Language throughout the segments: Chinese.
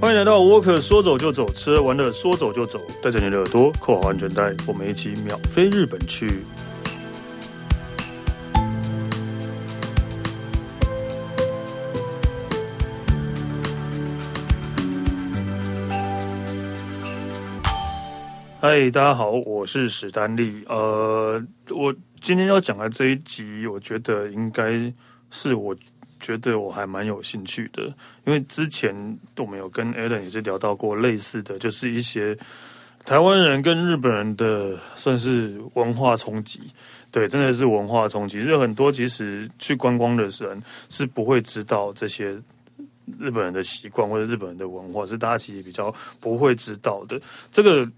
欢迎来到沃克，说走就走，吃完了说走就走，带着你的耳朵扣好安全带，我们一起秒飞日本去。嗨，大家好，我是史丹利。呃，我今天要讲的这一集，我觉得应该是我觉得我还蛮有兴趣的，因为之前我们有跟 Alan 也是聊到过类似的，就是一些台湾人跟日本人的算是文化冲击。对，真的是文化冲击，就是很多其实去观光的人是不会知道这些日本人的习惯或者日本人的文化，是大家其实比较不会知道的。这个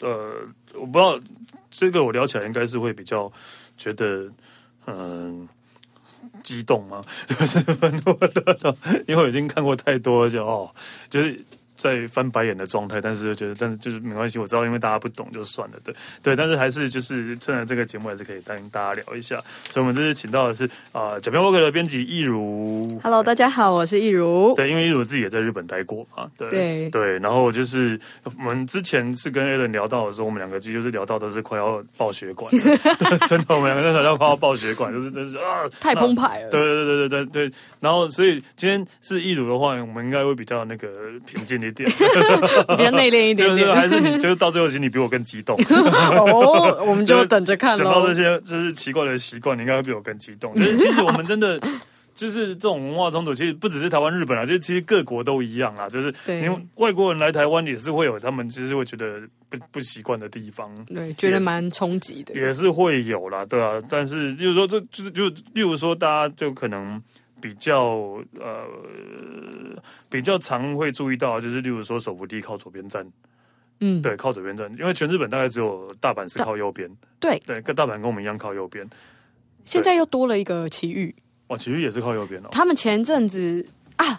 呃，我不知道这个我聊起来应该是会比较觉得嗯、激动吗？ 就是很多的，因为我已经看过太多了，就哦，就是在翻白眼的状态，但是就觉得但是就是没关系，我知道因为大家不懂就算了，对对，但是还是就是趁着这个节目还是可以跟大家聊一下，所以我们这次请到的是啊，假面 w o 的编辑易如 Hello，大家好，我是易如。对，因为我自己也在日本待过嘛，对对然后就是我们之前是跟 Alan 聊到的时候，我们两个其实就是聊到的是快要爆血管 了， 真的，我们两个在聊到快要爆血管，就是真是啊，太那澎湃了对对对对对对，然后所以今天是易主的话，我们应该会比较那个平静一 点，比较内敛一点就是还点。是你就是到最后，其实你比我更激动。 哦，我们就等着看讲到这喽。些就是奇怪的习惯，你应该会比我更激动。就是其实我们真的。就是这种文化冲突，其实不只是台湾、日本啊，就是其实各国都一样啊。就是对因为外国人来台湾也是会有他们就是会觉得不不习惯的地方，对，觉得蛮冲击的。也是会有啦，对啊。但是就是说，这就就例如说，大家就可能比较呃比较常会注意到，啊就是例如说手扶梯靠左边站，嗯，对，靠左边站，因为全日本大概只有大阪是大靠右边，对，对，跟大阪跟我们一样靠右边。现在又多了一个奇遇。哦，其实也是靠右边哦。他们前阵子啊，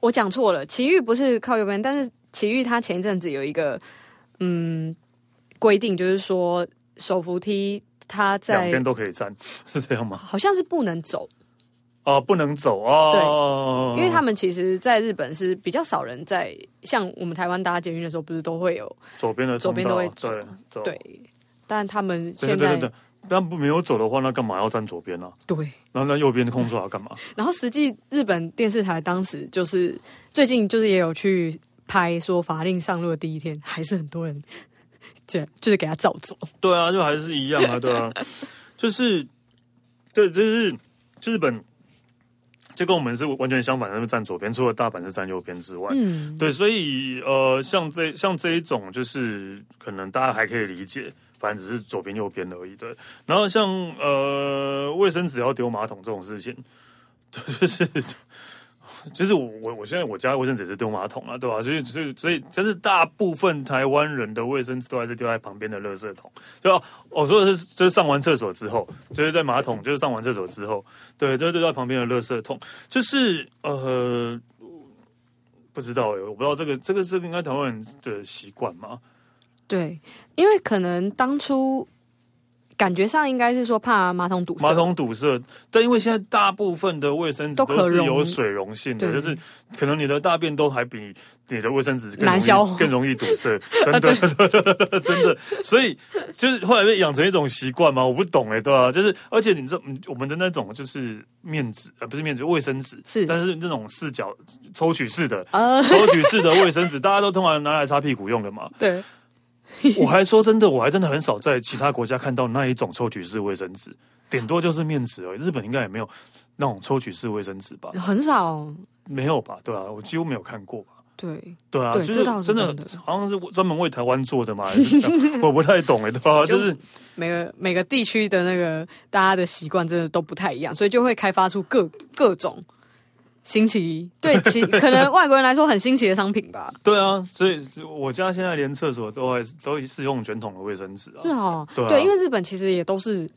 我讲错了，奇遇不是靠右边，但是奇遇他前一阵子有一个嗯规定，就是说手扶梯他两在边都可以站， 是这样吗？好像是不能走，哦，不能走哦，因为他们其实在日本是比较少人在像我们台湾搭捷运的时候，不是都会有左边的通道左边都会走对走对，但他们哦对对现在对对。但没有走的话，那干嘛要站左边呢、啊？对，然后那右边空出来干嘛？然后实际日本电视台当时就是最近就是也有去拍说法令上路的第一天，还是很多人就就是给他照走。 对啊，就还是一样啊，对啊， 就是对，就是就日本，就跟我们是完全相反，他们站左边，除了大阪是站右边之外，嗯，对，所以呃，像这像这一种，就是可能大家还可以理解，反正只是左边右边而已。对，然后像呃，卫生纸要丢马桶这种事情， 就是就是我我我现在我家卫生纸也是丢马桶啊，对吧、所以所以所以，就是大部分台湾人的卫生纸都还是丢在旁边的垃圾桶。就哦我说的是，就是上完厕所之后，就是在马桶，就是上完厕所之后，对，都丢在旁边的垃圾桶。就是呃，不知道哎、我不知道这个这个是应该台湾人的习惯吗？对，因为可能当初感觉上应该是说怕马桶堵塞，马桶堵塞，但因为现在大部分的卫生纸都可都是溶有水溶性的，就对是可能你的大便都还比你的卫生纸更容难易消化 更容易堵 塞，真的 真的，所以就是后来被养成一种习惯嘛，我不懂哎、对吧、就是而且你知道嗯我们的那种就是面纸呃不是面纸卫生纸是但是那种四角抽取式的。呃，抽取式的卫生纸， 大家都通常拿来擦屁股用的嘛。对， 我还说真的，我还真的很少在其他国家看到那一种抽取式卫生纸，顶多就是面纸而已。日本应该也没有那种抽取式卫生纸吧？很少，没有吧？对啊，我几乎没有看过吧？对，对啊，对就这倒是真的真的好像是专门为台湾做的嘛，还是 这样我不太懂哎、对 吧、就是每个每个地区的那个大家的习惯真的都不太一样，所以就会开发出各各种新奇，对 其可能外国人来说很新奇的商品吧。对啊，所以我家现在连厕所都还是都是用卷筒的卫生纸啊是。哦，对啊因为日本其实也都是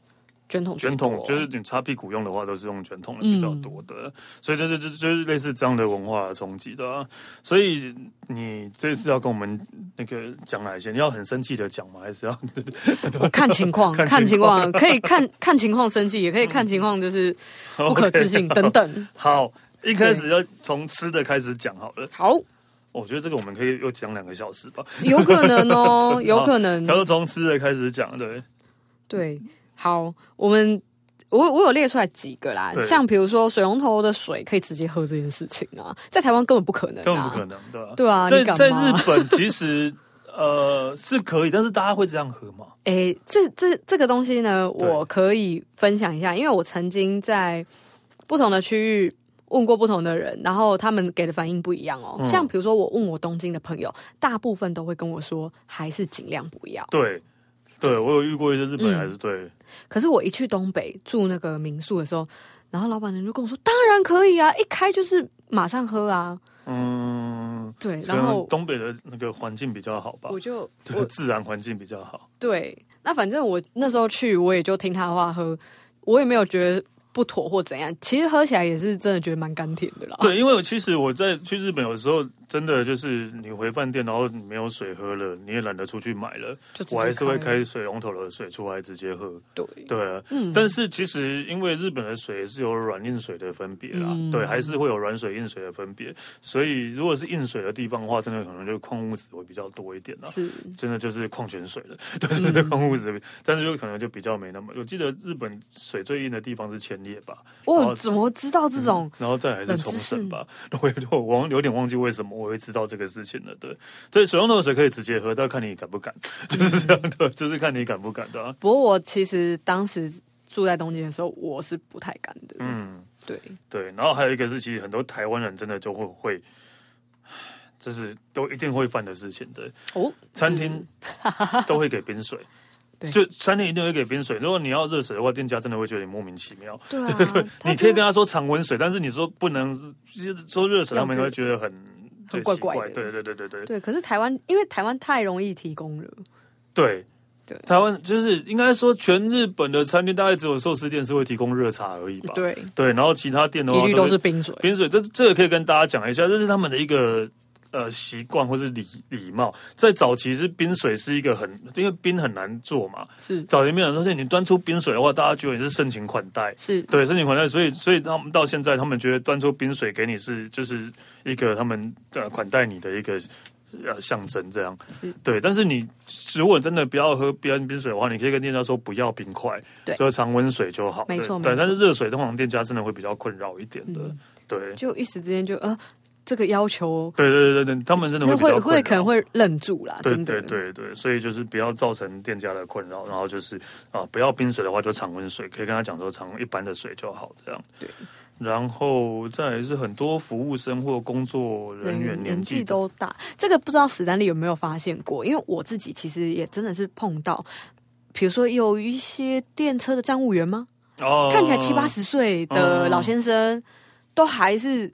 卷筒居哦嗯卷多筒就是你擦屁股用的话，都是用卷筒的比较多的，所以就是就是就是类似这样的文化冲击的、啊。所以你这次要跟我们那个讲哪些？你要很生气的讲吗？还是要我看情况， 看看情情况，可以看看情况生气，也可以看情况就是不可置信 哦 OK，等等。好，一开始要从吃的开始讲好了。好，我觉得这个我们可以又讲两个小时吧，有可能 哦，有可能。他就从吃的开始讲，嗯对，嗯对，好，我们我我有列出来几个啦对，像比如说水龙头的水可以直接喝这件事情啊，在台湾根本不可能、啊，根本不可能，对吧？对啊，在你敢在吗日本其实呃是可以，但是大家会这样喝吗？诶，这这这个东西呢，对我可以分享一下，因为我曾经在不同的区域问过不同的人，然后他们给的反应不一样哦。嗯像比如说，我问我东京的朋友，大部分都会跟我说，还是尽量不要。对，对我有遇过一些日本人嗯还是对，可是我一去东北住那个民宿的时候，然后老板娘就跟我说，当然可以啊，一开就是马上喝啊。嗯，对，可然能后东北的那个环境比较好吧我，就对，我自然环境比较好。对，那反正我那时候去，我也就听他的话喝，我也没有觉得不妥或怎样。其实喝起来也是真的觉得蛮甘甜的啦。对，因为我其实我在去日本，有时候真的就是你回饭店，然后你没有水喝了，你也懒得出去买了，就直接我还是会开开水龙头的水出来直接喝。对，对啊，嗯但是其实因为日本的水是有软硬水的分别啦，嗯对，还是会有软水硬水的分别，所以如果是硬水的地方的话，真的可能就矿物质会比较多一点啊啦。是真的就是矿泉水了， 对，真的矿物质，但是就可能就比较没那么。我记得日本水最硬的地方是千叶吧，然后嗯我怎么知道这种？然后再来是冲绳吧。我也 我忘有点忘记为什么我会知道这个事情了。对，对，水龙头的水可以直接喝，但看你敢不敢， 就是这样的， 就是看你敢不敢的啊、不过我其实当时住在东京的时候，我是不太敢的。嗯，对，对。然后还有一个是，其实很多台湾人真的就会会，这是都一定会犯的事情对。哦，餐厅都会给冰水。对就餐厅一定会给冰水，如果你要热水的话，店家真的会觉得你莫名其妙。对啊， 你可以跟他说常温水，但是你说不能就是说热水，他们要会觉得很对很怪奇怪的对对对对对对，可是台湾因为台湾太容易提供了，对对台湾就是应该说全日本的餐厅大概只有寿司店是会提供热茶而已吧？对，对，然后其他店的话一律都会是冰水。冰水，这这个可以跟大家讲一下，这是他们的一个呃习惯或是礼礼貌。在早期是冰水是一个很，因为冰很难做嘛，是早期没有人，但是你端出冰水的话，大家觉得你是盛情款待。是，对，盛情款待，所以所以他们到现在，他们觉得端出冰水给你是就是一个他们呃款待你的一个呃象征，这样是。对，但是你如果真的不要喝冰冰水的话，你可以跟店家说不要冰块，对喝常温水就好。没对，错没错但是热水通常店家真的会比较困扰一点的。嗯对，就一时之间就呃，这个要求对对对对对，他们真的会比会较困会扰可能会愣住啦，对啊真的对对对，所以就是不要造成店家的困扰，然后就是啊，不要冰水的话就常温水，可以跟他讲说常一般的水就好这样。对。然后再来是很多服务生或工作人员人年年纪纪都大，这个不知道史丹利有没有发现过？因为我自己其实也真的是碰到，比如说有一些电车的站务员吗？哦看起来七八，十岁的老先生，都还是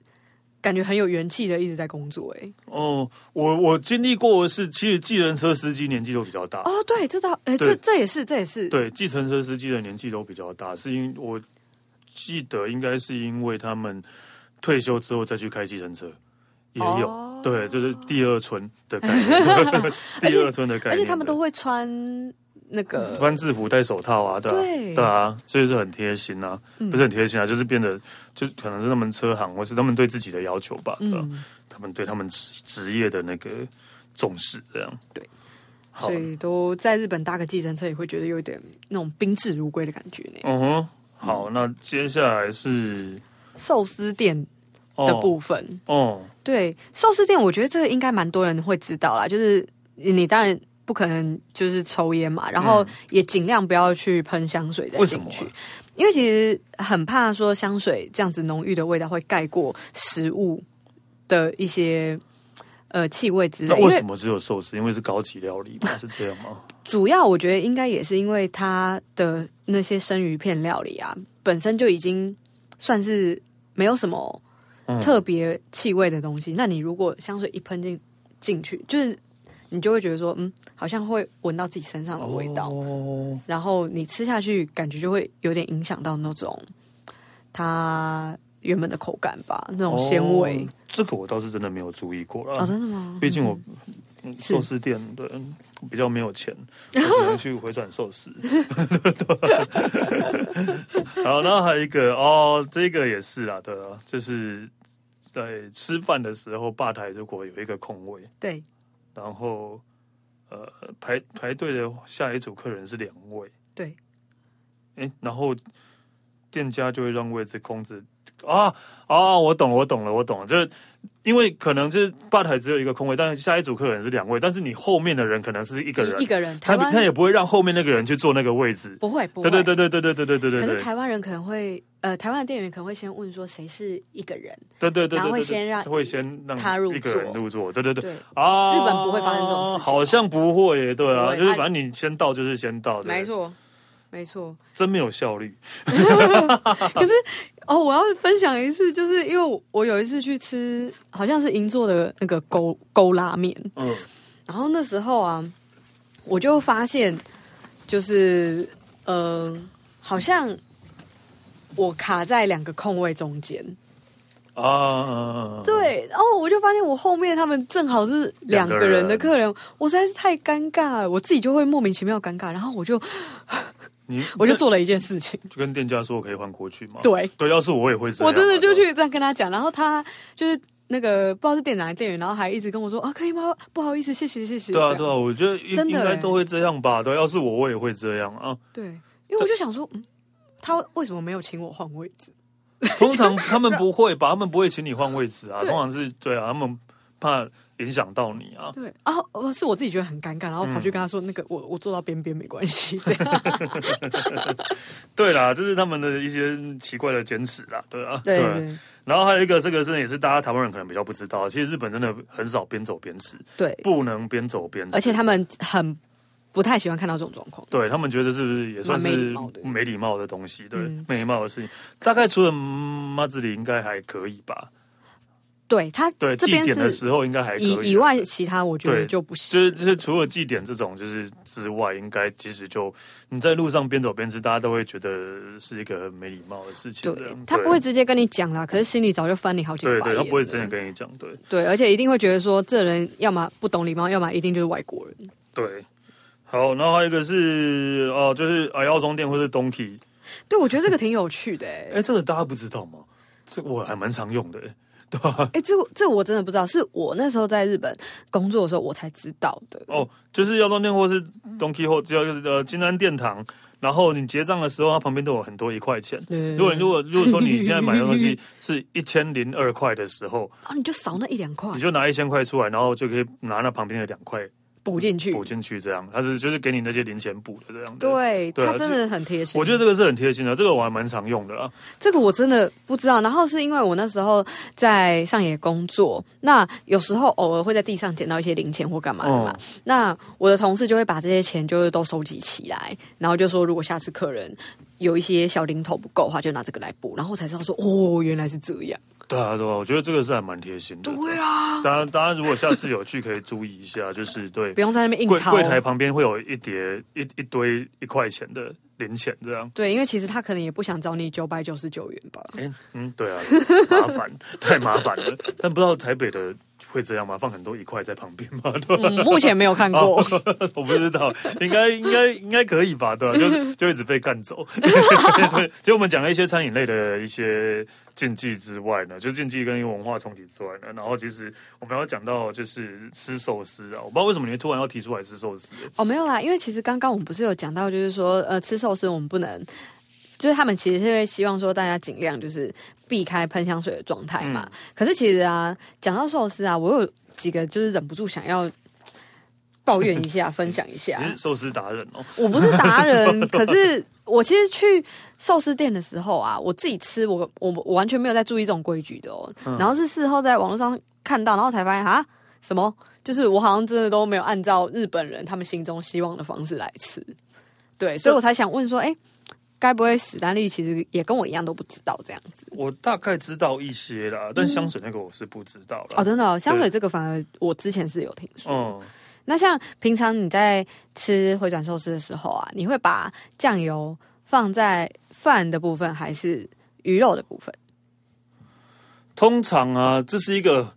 感觉很有元气的，一直在工作、欸。哦，我我经历过的是，其实计程车司机年纪都比较大。哦，对，这倒，哎、对这这也是，这也是，对，计程车司机的年纪都比较大，是因我记得应该是因为他们退休之后再去开计程车，也有、哦对，就是第二春的概 念，第二春的概念，而且他们都对会穿那个，穿制服、戴手套啊，对啊，对嗯啊，所以是很贴心啊，不是很贴心啊，就是变得就可能是他们车行或是他们对自己的要求吧，对吧、嗯，他们对他们职职业的那个重视，这样对。好所，以都在日本搭个计程车也会觉得有一点那种宾至如归的感觉呢、嗯哼，好，那接下来是寿司店的哦部分，哦。对寿司店，我觉得这个应该蛮多人会知道啦。就是你当然不可能就是抽烟嘛，然后也尽量不要去喷香水再嗯为什进么去，啊因为其实很怕说香水这样子浓郁的味道会盖过食物的一些呃气味之那类。因为为什么只有寿司？因为是高级料理嘛，是这样吗？主要我觉得应该也是因为它的那些生鱼片料理啊，本身就已经算是没有什么嗯特别气味的东西。那你如果香水一喷进进去，就是你就会觉得说，嗯，好像会闻到自己身上的味道，哦，然后你吃下去，感觉就会有点影响到那种它原本的口感吧，那种鲜味。哦这个我倒是真的没有注意过哦，啦。真的吗？毕竟我嗯是寿司店对比较没有 钱，我只能去回转寿司。好，然后还有一个哦，这个也是啦，对啊，就是。在吃饭的时候，吧台如果有一个空位，对，然后呃排排队的下一组客人是两位，对，哎，然后店家就会让位置空着。啊啊！我懂了，我懂了，我懂了。就是因为可能就是吧台只有一个空位，但是下一组客人是两位，但是你后面的人可能是一个人一，个人，他台湾他也不会让后面那个人去坐那个位置。不会不会，对对对对对对对对对对可对是台湾人可能会，呃，台湾的店员可能会先问说谁是一个人，对对对对，然后会对先让会先让他入一个人座入座，对对对对，啊，日本不会发生这种事情啊好像不会耶，对不啊，会就是啊反正你先到就是先到，对没，错，没错。真没有效率。哦，我要分享一次，就是因为我我有一次去吃，好像是银座的那个勾勾拉面，嗯，然后那时候啊，我就发现，就是呃，好像我卡在两个空位中间，啊啊，啊，啊对，然后我就发现我后面他们正好是两个人的客人，我实在是太尴尬了，我自己就会莫名其妙尴尬，然后我就你我就那做了一件事情，就跟店家说我可以换过去嘛。对对，要是我也会这样啊，我真的就对去这样跟他讲，然后他就是那个不知道是店长还是店员，然后还一直跟我说啊，可以吗？不好意思，谢谢谢谢，对啊这对样啊，我觉得应真应的欸该耶都会这样吧。对，要是我我也会这样 啊。对，因为我就想说，嗯，他为什么没有请我换位置？通常他们不会吧？他们不会请你换位置啊，对通常是对啊，他们怕影响到你啊。对啊，哦是我自己觉得很尴尬，然后嗯跑去跟他说，那个我我坐到边边没关系，这 样对啦，这是他们的一些奇怪的坚持啦，对啊，对对然后还有一个，这个真的也是大家台湾人可能比较不知道，其实日本真的很少边走边吃，对，不能边走边吃，而且他们很不太喜欢看到这种状况。对他们觉得是不是也算蛮没是礼貌的没礼貌的东西，对，嗯没礼貌的事情，大概除了妈子里应该还可以吧，对他对，这祭边典的是时候应该还可以以啊，以外，其他我觉得对就不就行。是就是除了祭典这种就是之外，应该其实就你在路上边走边吃，大家都会觉得是一个很没礼貌的事情对这样，他不会直接跟你讲啦，可是心里早就翻你好几对个对白眼对，了。他不会真的跟你讲，对。对，而且一定会觉得说，这人要么不懂礼貌，要么一定就是外国人。对，好，然后还有一个是哦，就是啊，药妆店或是东体，对，我觉得这个挺有趣的、欸。哎、这个大家不知道吗？这个我还蛮常用的、诶呃哎、这这我真的不知道，是我那时候在日本工作的时候我才知道的。哦，就是药妆店或是东体或只要就是呃金安殿堂，然后你结账的时候，它旁边都有很多一块钱。对，如果如果如果说你现在买的东 西是一千零二块的时候，啊，你就少那一两块你就拿一千块出来，然后就可以拿那旁边的两块补进去，补进去，这样它是就是给你那些零钱补的这样。，对对啊他真的很贴心。我觉得这个是很贴心的，这个我还蛮常用的啊。这个我真的不知道。然后是因为我那时候在上野工作，那有时候偶尔会在地上捡到一些零钱或干嘛的嘛。哦那我的同事就会把这些钱就是都收集起来，然后就说如果下次客人有一些小零头不够的话，就拿这个来补。然后我才知道说哦，原来是这样。对啊，对啊，我觉得这个是还蛮贴心的。对啊，当然，当然，如果下次有去，可以注意一下，就是对不用在那边硬哦柜掏。柜台旁边会有一叠一一堆一块钱的零钱这样。对，因为其实他可能也不想找你九百九十九元 吧。哎、嗯，对啊，麻烦， 太麻烦了。但不知道台北的会这样吗？放很多一块在旁边 吗？对吧哦嗯，目前没有看过。 我不知道，应该应该应该可以吧？对吧、就就一直被干 走。对，就我们讲了一些餐饮类的一些禁忌之外呢，就禁忌跟文化冲击之外呢，然后其实我们要讲到就是吃寿司啊，我不知道为什么你会突然要提出来吃寿司、哦，没有啦，因为其实刚刚我们不是有讲到，就是说，呃，吃寿司我们不能，就是他们其实是会希望说大家尽量就是避开喷香水的状态嘛。可是其实啊，讲到寿司啊，我有几个就是忍不住想要抱怨一下，分享一下你。是寿司达人哦，我不是达人， 可是我其实去寿司店的时候啊，我自己吃，我我我完全没有在注意这种规矩的哦。然后是事后在网络上看到，然后才发现啊，什么？就是我好像真的都没有按照日本人他们心中希望的方式来吃，对，所以我才想问说，哎、该不会史丹利其实也跟我一样都不知道这样子我大概知道一些啦，但香水那个我是不知道嗯哦？啦。真的、哦，香水这个反而我之前是有听说。嗯，那像平常你在吃回转寿司的时候啊，你会把酱油放在饭的部分还是鱼肉的部分？通常啊，这是一个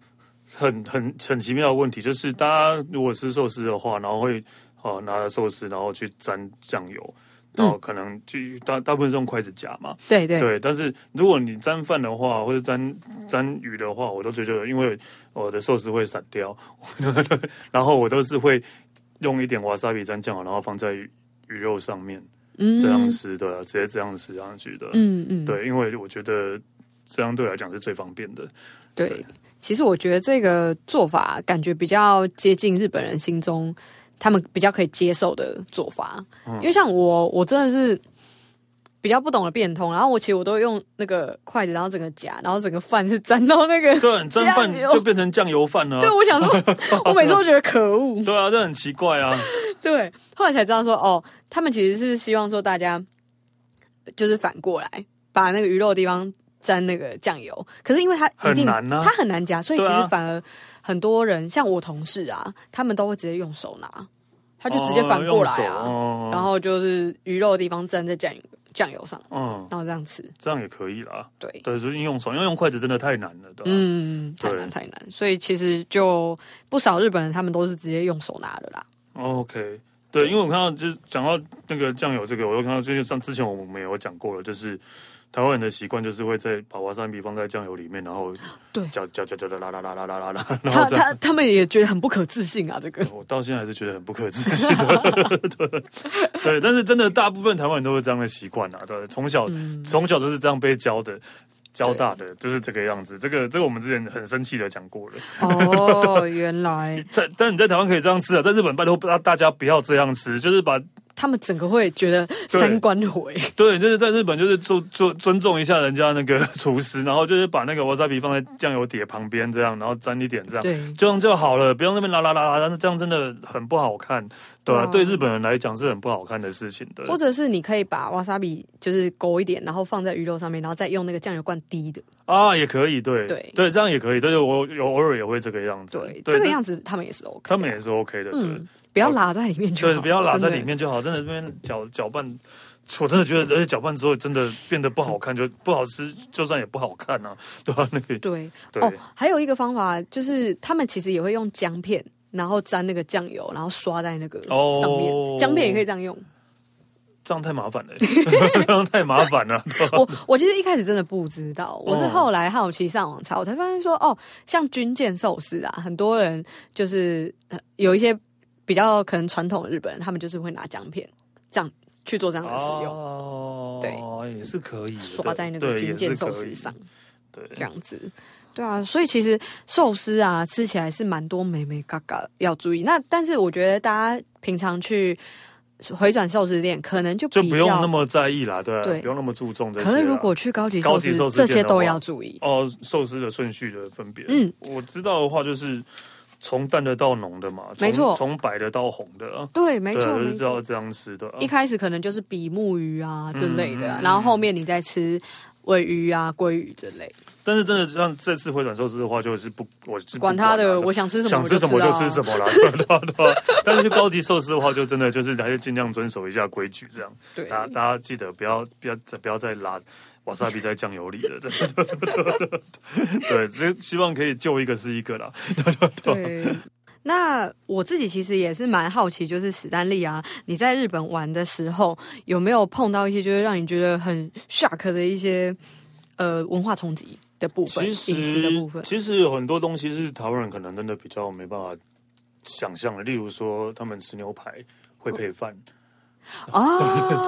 很很很奇妙的问题，就是大家如果吃寿司的话，然后会哦拿着寿司，然后去沾酱油。到可能就大大部分是用筷子夹嘛，对对对，但是如果你沾饭的话，或者沾沾鱼的话，我都觉得因为我的寿司会散掉， 然后我都是会用一点瓦萨比蘸酱，然后放在鱼鱼肉上面嗯，这样吃的，直接这样吃上去的。嗯嗯，对，因为我觉得这样对我来讲是最方 便的。对，其实我觉得这个做法感觉比较接近日本人心中他们比较可以接受的做法，嗯因为像我，我真的是比较不懂得变通，然后我其实我都用那个筷子，然后整个夹，然后整个饭是沾到那个， 对，沾饭酱油就变成酱油饭了、啊对我想 说，我每次都觉得可恶，对啊，这很奇怪啊。对，后来才知道说，哦，他们其实是希望说大家就是反过来把那个鱼肉的地方沾那个酱油，可是因为它一很定难啊它很难夹，所以其对啊实反而很多人、像我同事啊，他们都会直接用手拿，他就直接反过来啊，哦然后就是鱼肉的地方沾在酱油酱油上，嗯，然后这样吃，这样也可以啦。对。对，啊就是用手，因为用筷子真的太难了，对、啊吧？嗯，太难太难，所以其实就不少日本人他们都是直接用手拿的啦。 OK，对，因为我看到就是讲到那个酱油这个，我又看到就是上之前我们也有讲过了，就是台湾人的习惯就是会在把瓦萨比放在酱油里面，然后对搅搅搅搅的啦啦啦啦啦啦啦，然他后这样。他他们也觉得很不可置信啊，这个。我到现在还是觉得很不可置信的，对对，但是真的大部分台湾人都有这样的习惯啊，对，从小从、小都是这样被教的，教大的就是这个样子。这个这个我们之前很生气的讲过了，哦，原来在但你在台湾可以这样吃啊，在日本拜托大大家不要这样吃，就是把他们整个会觉得三观毁。对，就是在日本，就是做做尊重一下人家那个 厨师，然后就是把那个 wasabi 放在酱油碟旁边这样，然后沾一点这样，对，这样就好了，不用那边啦啦啦啦，但是这样真的很不好看，对啊，嗯对日本人来讲是很不好看的事情的。或者是你可以把 wasabi 就是勾一点，然后放在鱼肉上面，然后再用那个酱油罐滴的。啊，也可以，对对对，这样也可以，对对，我有偶尔也会这个样子，对，这个但样子他们也是 OK 的。他们也是 OK 的，对。嗯，不要拉在里面就对，好。不要拉在真的里。面就好。真的这边搅搅拌，我真的觉得，而且搅拌之后真的变得不好嗯看，就不好吃，就算也不好看啊， 对吧、那个对对、哦，还有一个方法就是他们其实也会用姜片，然后沾那个酱油，然后刷在那个哦上面。姜片也可以这样用。这样太麻烦了， 这样太麻烦 了。我我其实一开始真的不知道，我哦是后来好奇上网查，我才发现说，哦，像军舰寿司啊，很多人就是、呃有一些比较可能传统的日本人，他们就是会拿姜片这样去做这样的使用，哦对，也是可以的刷在那对个对军舰也是寿可司以上，对，这样子。对啊，所以其实寿司啊，吃起来是蛮多美美嘎嘎要注意。那但是我觉得大家平常去回转寿司店，可能就就比不用较那么在意啦，对啊，对不用那么注重这些啦。可是如果去高级高寿级司，寿司这店些的都话要注意。哦，寿司的顺序的分别，嗯，我知道的话就是从淡的到浓的嘛，从没错从白的到红的啊，对，没对啊，错，就没是错。要这样吃的啊。一开始可能就是比目鱼啊之类的，嗯嗯然后后面你再吃尾鱼啊、鲑鱼之类，但是真的像这次回转寿司的话，就是不，我是不管他啦的，我想吃什么想吃什么我就就吃什么。么啦，对啊对啊 但是去高级寿司的话，就真的就是还是尽量遵守一下规矩，这样。啊对，大家大家记得不要不要再不要再拉瓦萨比在酱油里了，真的。 对， 只希望可以救一个是一个啦。对。那我自己其实也是蛮好奇，就是史丹利啊，你在日本玩的时候有没有碰到一些就是让你觉得很 shock 的一些呃文化冲击的部分，其实饮食的部分？其实有很多东西是台湾人可能真的比较没办法想象的，例如说他们吃牛排会配饭。 哦，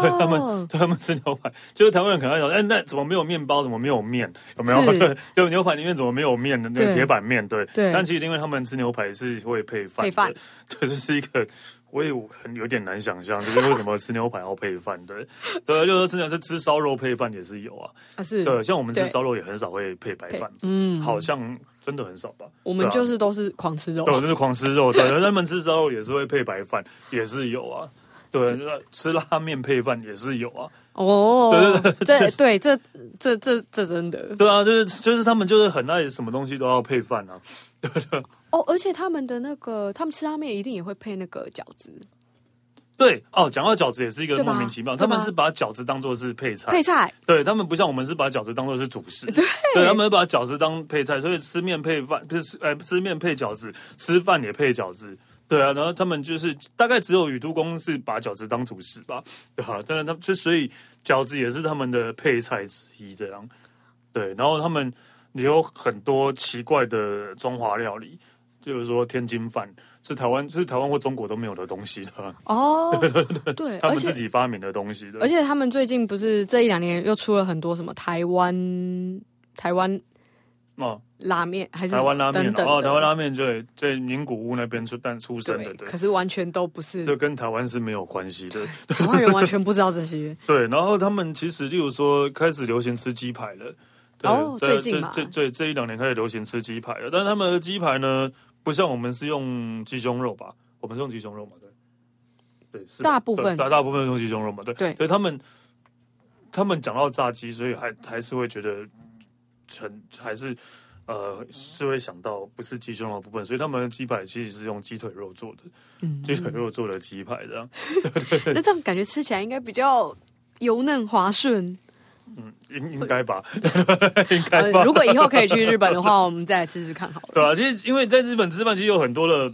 对他们他们吃牛排，就是台湾人可能会想，哎、那怎么没有面包？怎么没有面？有没有是？ 就牛排里面怎么没有面？那个对铁板面，对。对但其实因为他们吃牛排是会配饭的，配饭这就是一个。我也很有点难想象，就是为什么吃牛排要配饭？对，对，就是吃牛是吃烧肉配饭也是有啊。啊是，对，像我们吃对烧肉也很少会配白饭，嗯，好像真的很少吧。我们对啊就是都是狂吃肉对，，我就是狂吃肉。对，他们吃烧肉也是会配白饭，也是有啊。对，那吃拉面配饭也是有啊。哦，对这对这这这这真的对啊，就是就是他们就是很爱什么东西都要配饭啊。哦，而且他们的那个，他们吃拉面一定也会配那个饺子对哦，讲到饺子也是一个对吧莫名其妙，对他吧们是把饺子当做是配菜，配菜，对他们不像我们是把饺子当做是主食，对，他们把哎饺子当配菜，所以吃面配饭，不是吃呃吃面配饺子，吃饭也配饺子。对啊，然后他们就是大概只有宇都宫是把饺子当主食吧，对吧、但是他们就所以饺子也是他们的配菜之一，这样。对，然后他们也有很多奇怪的中华料理，就是说天津饭是台湾是台湾或中国都没有的东西的，哦，对，他而们自且己发明的东西的。而且他们最近不是这一两年又出了很多什么台湾台湾哦，拉面还是台湾拉面等等哦，的台湾拉面对在名古屋那边出诞出生的，对，对，可是完全都不是这跟台湾是没有关系的。台湾人完全不知道这 些。对，然后他们其实，例如说，开始流行吃鸡排了。对哦对最近嘛这这这这一两年开始流行吃鸡排了，但是他们的鸡排呢，不像我们是用鸡胸肉吧？我们是用鸡胸肉嘛？对，对，是吧大部对分大大部分用鸡胸肉嘛？对，对所以他们他们讲到炸鸡，所以还还是会觉得很还是呃是会想到不是鸡胸肉的部分，所以他们的鸡排其实是用鸡腿肉做的，嗯，鸡腿肉做的鸡排这样。那这样感觉吃起来应该比较油嫩 滑顺。嗯，应应该吧？呃，如果以后可以去日本的话，我们再来试试看好了。对啊，其实因为在日本吃饭，其实有很多的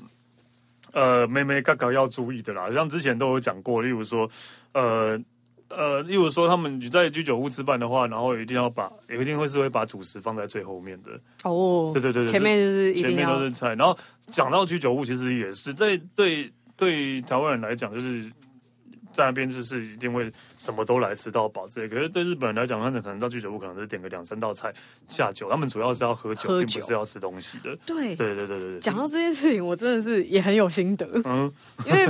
呃妹妹嘎嘎要注意的啦。像之前都有讲过，例如说呃呃，例如说他们你在居酒屋吃饭的话，然后一定要把一定会是会把主食放在最后面的，哦，对对对对前面就是一前定面要都是菜。然后讲到居酒屋，其实也是在对对台湾人来讲，就是在那边就是一定会什么都来吃到饱这类。可是对日本人来讲，他们可能到居酒屋可能是点个两三道菜下酒，他们主要是要喝酒，喝并酒不是要吃东西的。对。对对对对对，讲到这件事情，我真的是也很有心得，嗯因为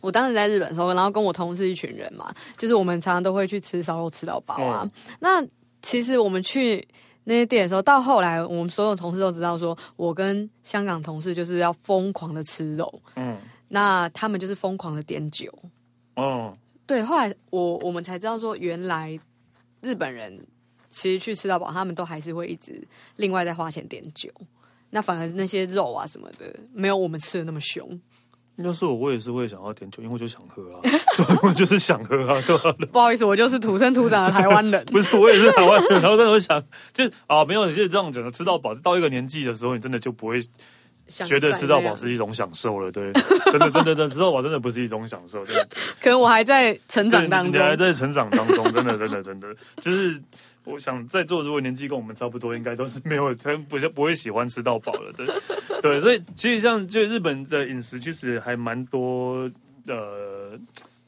我当时在日本的时候，然后跟我同事一群人嘛，就是我们常常都会去吃烧肉吃到饱啊。那其实我们去那些店的时候，到后来我们所有同事都知道说，我跟香港同事就是要疯狂的吃肉，嗯。那他们就是疯狂的点酒。哦，对，后来我我们才知道说，原来日本人其实去吃到饱，他们都还是会一直另外再花钱点酒。那反而那些肉啊什么的，没有我们吃的那么 凶。要是我，我也是会想要点酒，因为我就想喝啊， 我就是想喝啊，对吧、。不好意思，我就是土生土长的台湾人不是，我也是台湾人，然后但是我想，就是啊，没有，你就是这样讲的，吃到饱，到一个年纪的时候，你真的就不会想 觉得吃到饱再那样，是一种享受了，对，真的，真的，真的，吃到饱真的不是一种享受，对，可能我还在成对长当你中。还在成长当中，真的，真的，真的，就是我想在座如果年纪跟我们差不多，应该都是没有，他不是不会喜欢吃到饱了，对，对，所以其实像就日本的饮食，其实还蛮多呃。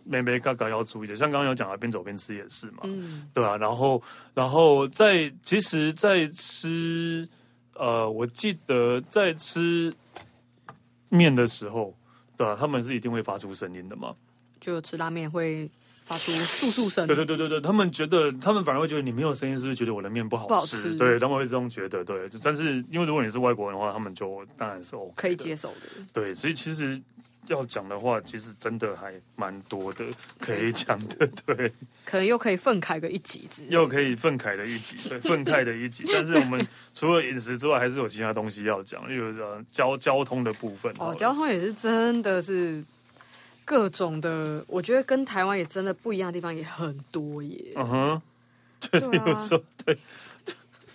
妹妹嘎嘎要注意的，像刚刚有讲啊，边走边吃也是嘛，嗯，对啊，然后然后在其实，在吃呃，我记得在吃面的时候，对啊，他们是一定会发出声音的嘛。就吃拉面会发出簌簌声对。对对对对，他们觉得他们反而会觉得你没有声音，是不是觉得我的面不好吃？不好吃对，他们会这样觉得。对，但是因为如果你是外国人的话，他们就当然是 OK 的可以接受的，对，所以其实要讲的话，其实真的还蛮多的可以讲的。对。可能又可以愤慨个一集之类又可以愤慨的一集，对，愤慨的一集。但是我们除了饮食之外，还是有其他东西要讲，例如呃交交通的部分。好哦，了交通也是真的是各种的，我觉得跟台湾也真的不一样的地方也很多耶。嗯哼，对 例如啊，说，对，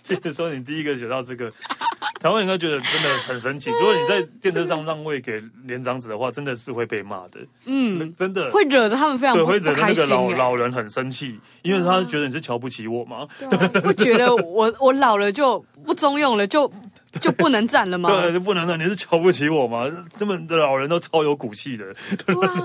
就例如说你第一个学到这个， 台湾应该觉得真的很神嗯奇。如果你在电车上让位给年长者的话，真的是会被骂的，嗯，真的。会惹得他们非常对，不会惹不得那开个心欸老耶老人很生气，因为他觉得你是瞧不起我嘛。对啊 会觉得我我老了就不中用了，就就不能站了吗？对，就不能让啊你是瞧不起我嘛。这么的老人都超有骨气的。对啊，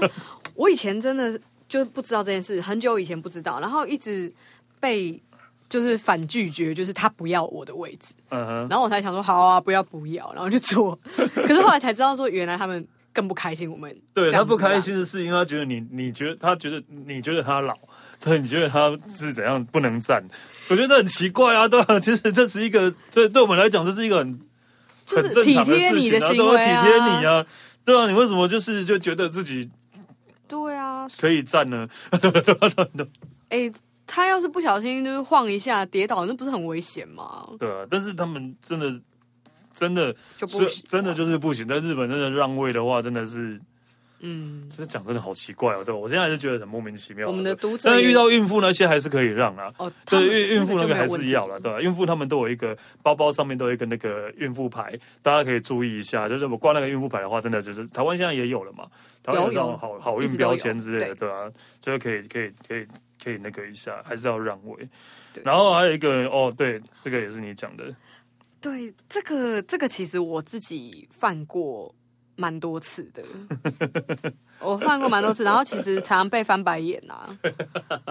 我以前真的就不知道这件事，很久以前不知道，然后一直被就是反拒绝，就是他不要我的位置，嗯哼，然后我才想说好啊，不要不要，然后就 做。可是后来才知道说，原来他们更不开心，我们对这他样子不啊开啦。心的是，因为他觉得你，你觉得他觉得你觉得他老，对，你觉得他是怎样不能站？我觉得这很奇怪啊，对啊，其实这是一个，对对我们来讲，这是一个很就是很正常体贴事你情的啊，行都会为体啊贴你啊，对啊，你为什么就是就觉得自己对啊，可以站呢？哎、他要是不小心就是晃一下跌倒，那不是很危险吗？对啊，但是他们真的真的就不是行，真的就是不行，在日本真的让位的话，真的是嗯，这讲真的好奇怪哦，对吧？我现在还是觉得很莫名其妙。啊我们的读者但是也遇到孕妇那些还是可以让啊，哦，他对们孕孕妇那就个没还有问是题要了，对吧？啊孕妇他们都有一个包包上面都有一个那个孕妇牌，大家可以注意一下。就是我挂那个孕妇牌的话，真的就是台湾现在也有了嘛，台湾有那种有好好一运直都标有签之类的，对对吧、就是可以可以可以可以那个一下，还是要让位对。然后还有一个哦，对，这个也是你讲的，对，这个这个其实我自己犯过蛮多次的， 我犯过蛮多次，然后其实常常被翻白眼 啊。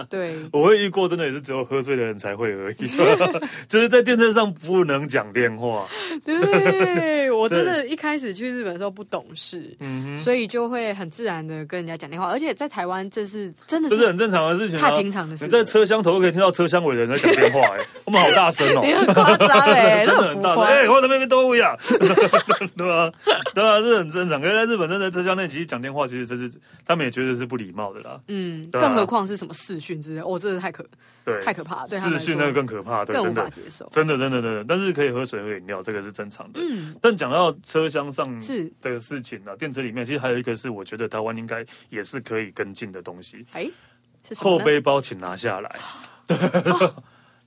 对，我会遇过，真的也是只有喝醉的人才会而已，对 吧就是在电车上不能讲电话。对我真的一开始去日本的时候不懂事，嗯哼，所以就会很自然的跟人家讲电话，而且在台湾这是真的这是是很正常的事情啊太。平常的事你了，在车厢头都可以听到车厢尾的人在讲电话、哎，我们好大声哦、 你很夸张哎， 真那的很很浮大声，夸。哎、我那边边都一样， 对吧、对吧、这很正常。可是在日本，真的在车厢内其实讲电话，其实这是他们也觉得是不礼貌的啦。嗯，对啊更何况是什么视讯之类，哦，真的太可对，太可怕了，对他们视来讯那个说更可怕，对，更真无法的，接受。真的，真的，真的。但是可以喝水、喝饮料，这个是正常的。嗯，但讲到车厢上是的事情呢、啊，电车里面其实还有一个是我觉得台湾应该也是可以跟进的东西，哎，是什么后呢哦背包请拿下 来。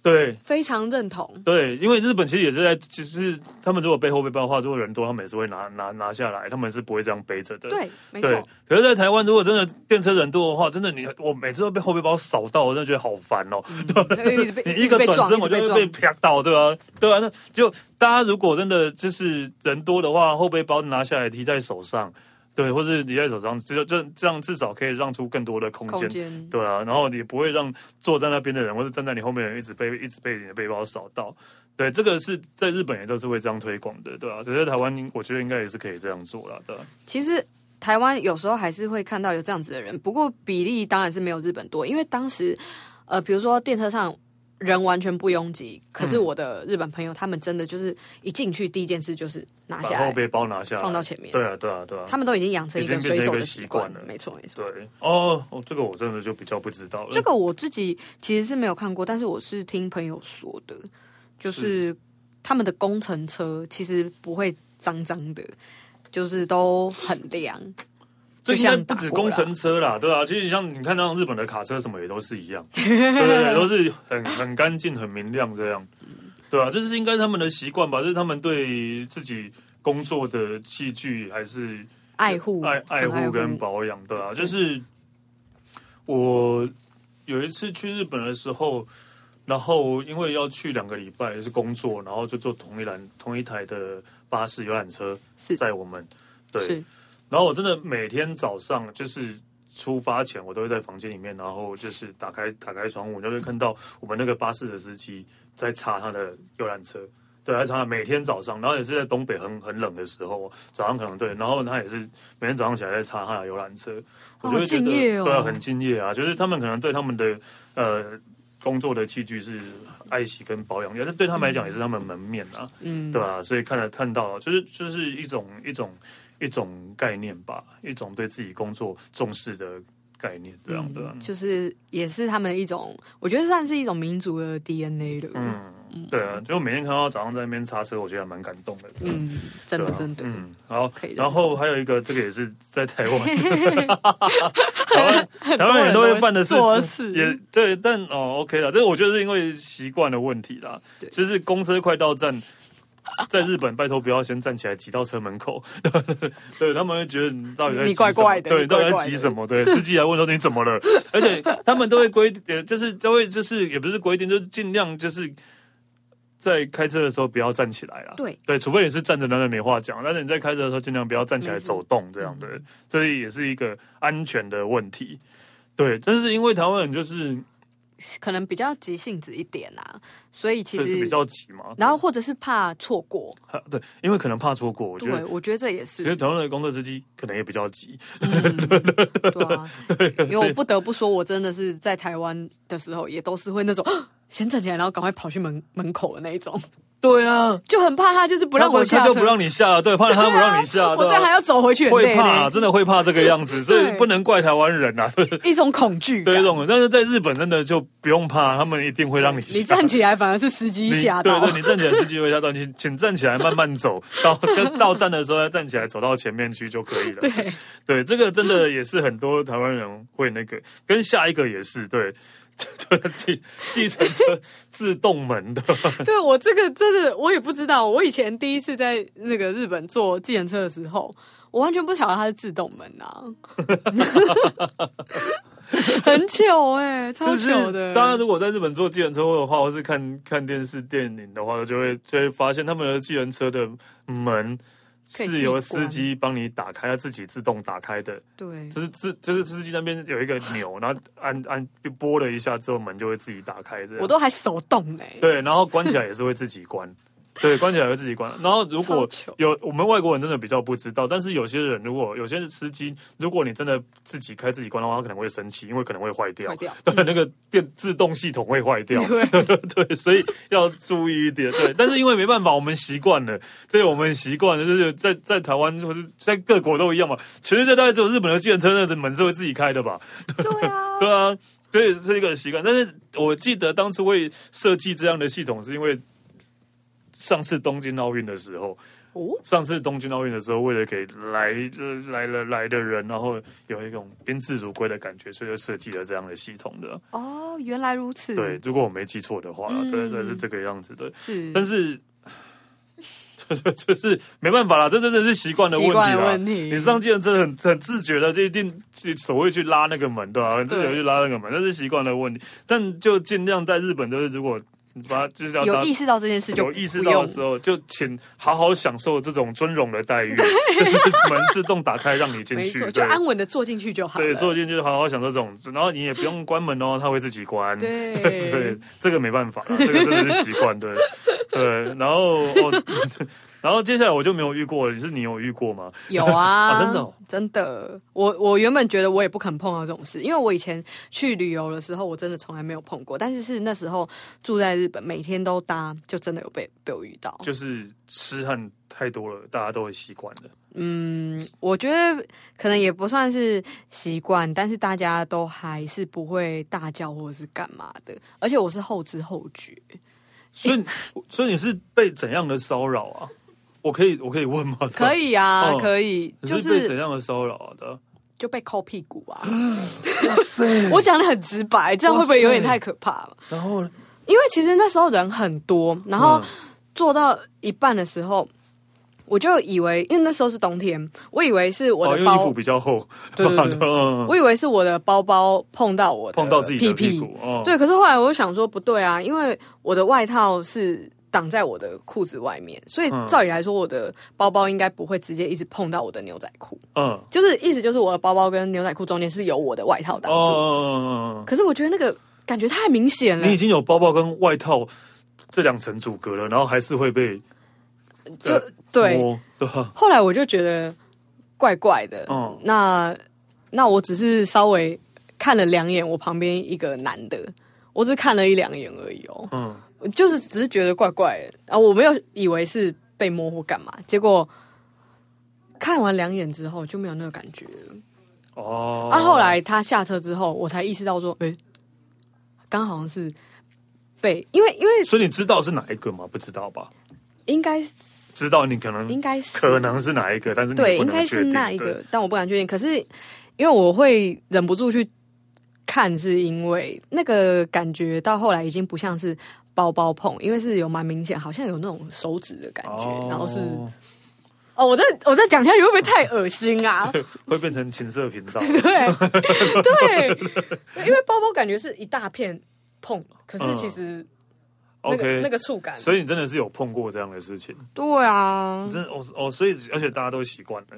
对，非常认同。对，因为日本其实也是在，其实他们如果背后背包的话，如果人多，他们也是会拿拿拿下来，他们是不会这样背着的。对，没对错，， 可是，在台湾如果真的电车人多的话，真的你我每次都被后背包扫到，我真的觉得好烦哦。一嗯直被 你一一直个被转撞，身，一我直就被会撞被。啪到，对吧、对吧、啊那就大家如果真的就是人多的话，后背包拿下来提在手上，对，或是提在手上，这这这样至少可以让出更多的空空间间对啊，然后你不会让坐在那边的人或者站在你后面的人一直被一直被你的背包扫到。对，这个是在日本也都是会这样推广的，对啊，只是台湾我觉得应该也是可以这样做啦，对啊其实台湾有时候还是会看到有这样子的人，不过比例当然是没有日本多，因为当时呃，比如说电车上。人完全不拥挤，可嗯是我的日本朋友、他们真的就是一进去第一件事就是拿下把后来背包拿下来，放到前面，对啊，对啊，对啊。他们都已经养成一已个经变成随一手个的习习惯惯了没错没错。对哦哦，这个我真的就比较不知道了。这个我自己其实是没有看过，但是我是听朋友说的，就是他们的工程车其实不会脏脏的，就是都很亮。这就应该像不打止过工啦程车啦，对啊，其实像你看那种日本的卡车什么也都是一样， 对对对，都是很很干净、很明亮这样，对啊，这是应该是他们的习惯吧，这是他们对自己工作的器具还是爱护爱爱很护跟保养，对啊，就是我有一次去日本的时候，然后因为要去两个礼拜是工作，然后就坐同一辆同一台的巴士游览车是载我们，对，是然后我真的每天早上就是出发前，我都会在房间里面，然后就是打开打开窗户，我就会看到我们那个巴士的司机在擦他的游览车。对，他常常每天早上，然后也是在东北很很冷的时候，早上可能对，然后他也是每天早上起来在擦他的游览车，我就会觉得好敬业哦对啊，很敬业啊，就是他们可能对他们的呃工作的器具是爱惜跟保养，但是对他们来讲也是他们门面啊，嗯对啊，所以看了看到了，就是就是一种一种一种概念吧，一种对自己工作重视的概念，这嗯样啊的。就是也是他们一种，我觉得算是一种民族的 DNA 了。嗯嗯，对啊，就每天看到早上在那边擦车，我觉得还蛮感动的。对啊，嗯，真的真的，嗯，好可以，认同然后还有一个，这个也是在台 湾，台湾台湾人都会犯的事，做事也对，但哦，OK 了，这我觉得是因为习惯的问题啦对，就是公车快到站。在日本，拜托不要先站起来挤到车门口， 对他们会觉得你到底在急你怪什么怪的对，你到底怪在怪急的什么？对，司机来问说你怎么 了，而且他们都会规，呃就是都会就是也不是规定，就是尽量就是在开车的时候不要站起来啦。对对，除非你是站着，那就没话讲。但是你在开车的时候，尽量不要站起来没错嗯走动，这样的，这也是一个安全的问题。对，但是因为台湾人就是可能比较急性子一点啊，所以其就是比实。较急嘛，然后或者是怕错过，啊对，因为可能怕错过，我觉对，得。我觉得这也其。是实台湾的工作司机可能也比较急， 对啊，因为我不得不说，我真的是 在台湾的时候，也都是会那种先站起来，然后赶快跑去门门口的那一种。对啊，就很怕他就是不让他我他下就车，不让你下了，对，怕他不让你下，我对这啊还要走回去，很会累怕，呢。真的会怕这个样 子，所以对不能怪台湾人啊，对一种恐惧对感这。种人，但是在日本真的就不用怕，他们一定会让你你下。站起来反而是司机你吓对到对，，你站起来是机会下到，请请站起来慢慢走，到跟到站的时候要站起来走到前面去就可以了。对对，这个真的也是很多台湾人会那个，跟下一个也是对。 计计程车自动门的， 对我这个真的我也不知道，我以前第一次在那个日本坐计程车的时候，我完全不晓得它是自动门啊， 很糗哎、超就是糗的。当然，如果在日本坐计程车的话，或是看看电视、电影的话，就会就会发现他们的计程车的门可以自是己由司关机帮你打开，它自己自动打开的。对，就是自就是司机那边有一个钮，然后按按就拨了一下之后，门就会自己打开这样。我都还手动哎、对，然后关起来也是会自己关，对，关起来会自己关。然后如超果糗有我们外国人真的比较不知道，但是有些人如果有些司机，如果你真的自己开自己关的话，他可能会生气，因为可能会坏掉 坏。掉对，那个电自动系统会坏掉， 对对，所以要注意一点。对，但是因为没办法，我们习惯了，对，我们习惯了，就是在在台湾或是在各国都一样嘛。全世界大概只有日本的计程车的门是会自己开的吧？对啊，对啊，所以是一个习惯。但是我记得当初会设计这样的系统，是因为上次东京奥运的时候，哦，上次东京奥运的时候，为了给来来了来的人，然后有一种宾至如归的感觉，所以就设计了这样的系统的。哦，原来如此，对，，如果我没记错的话，嗯对对是这个样子的。是但是。 就是就是没办法啦，这真的是习惯的问题习惯的啦。问题你上计程车很很自觉的就一定去手会去拉那个门，对吧、很自觉地去拉那个门，那是习惯的问题。但就尽量在日本，就是如果把就是要有搭意识到这件事就有意识不到用的时候，就请好好享受这种尊荣的待遇，就是门自动打开让你进没去，错，就对安稳的坐进去就好了。对，坐进去好好享受这种，然后你也不用关门哦，它会自己关。对 对，这个没办法啦，这个真的是习惯，对 对。然后哦， 然后接下来我就没有遇过了，是你有遇过吗？有啊，啊真 的哦真的我我原本觉得我也不肯碰到这种事，因为我以前去旅游的时候，我真的从来没有碰过。但是是那时候住在日本，每天都搭，就真的有被被我遇到。就是痴汉太多了，大家都会习惯的。嗯，我觉得可能也不算是习惯，但是大家都还是不会大叫或者是干嘛的。而且我是后知后觉，所以，所以你是被怎样的骚扰啊？我可以，我可以问吗？ 可以啊，哦可以，你就是被怎样的骚扰啊的？就被抠屁股啊！ 哇塞我讲的很直白，这样会不会有点哇塞太可怕了？然后，因为其实那时候人很多，然后嗯做到一半的时候，我就以为，因为那时候是冬天，我以为是我哦，的因为衣包，服比较厚，对对 对嗯我以为是我的包包碰到我的碰到自己的屁屁股，哦，对，可是后来我就想说不对啊，因为我的外套是挡在我的裤子外面，所以嗯照理来说，我的包包应该不会直接一直碰到我的牛仔裤，嗯，就是意思就是我的包包跟牛仔裤中间是有我的外套挡哦住。哦哦哦可是我觉得那个感觉太明显哦，了你已，经有包包跟外套这两层阻隔了，然后还是会被就呃对，摸对吧？ 后来我就觉得怪怪的，嗯那那我只是稍微看了两眼我旁边一个男的，我只是看了一两眼而已哦，嗯，就是只是觉得怪怪的，然后我没有以为是被摸或干嘛，结果看完两眼之后就没有那个感觉了。哦，啊，后来他下车之后，我才意识到说，诶，刚好像是被，因为因为所以你知道是哪一个吗？不知道吧？应该是知道你可能应该是可能是哪一个，但是你对，不应能该确是定那一个对，但我不敢确定。可是因为我会忍不住去呃看，是因为那个感觉到后来已经不像是包包碰，因为是有蛮明显，好像有那种手指的感觉，哦然后是哦，我再我再讲下去会不会太恶 心啊？ 会变成情色频 道。 对对，因为包包感觉是一大片碰，可是嗯其实那个、 OK，那个触感，所以你真的是有碰过这样的事情，对啊，真的哦哦，所以而且大家都习惯了。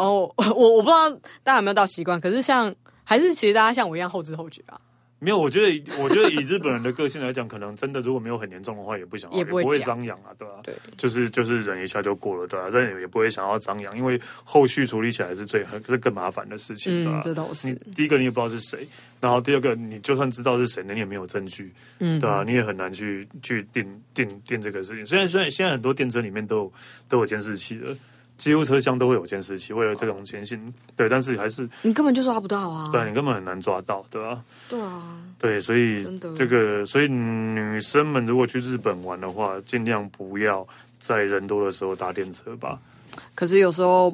后我我不知道大家有没有到习惯，可是像还是其实大家像我一样后知后觉啊。没有，我觉得，我觉得以日本人的个性来讲，可能真的如果没有很严重的话，也不想要，也也不会不会讲张扬啊，对吧、对，就是就是忍一下就过了，对啊，但也也不会想要张扬，因为后续处理起来是最是更麻烦的事情，对吧、嗯，这倒是你，第一个你也不知道是谁，然后第二个你就算知道是谁，那你也没有证据，嗯，对吧、你也很难去去定定定这个事情。虽然虽然现在很多电车里面都有都有监视器了，几乎车厢都会有监视器，为了这种情形，对，但是还是你根本就抓不到啊。对啊你根本很难抓到，对吧、对啊，对，所以真的这个，所以女生们如果去日本玩的话，尽量不要在人多的时候搭电车吧。可是有时候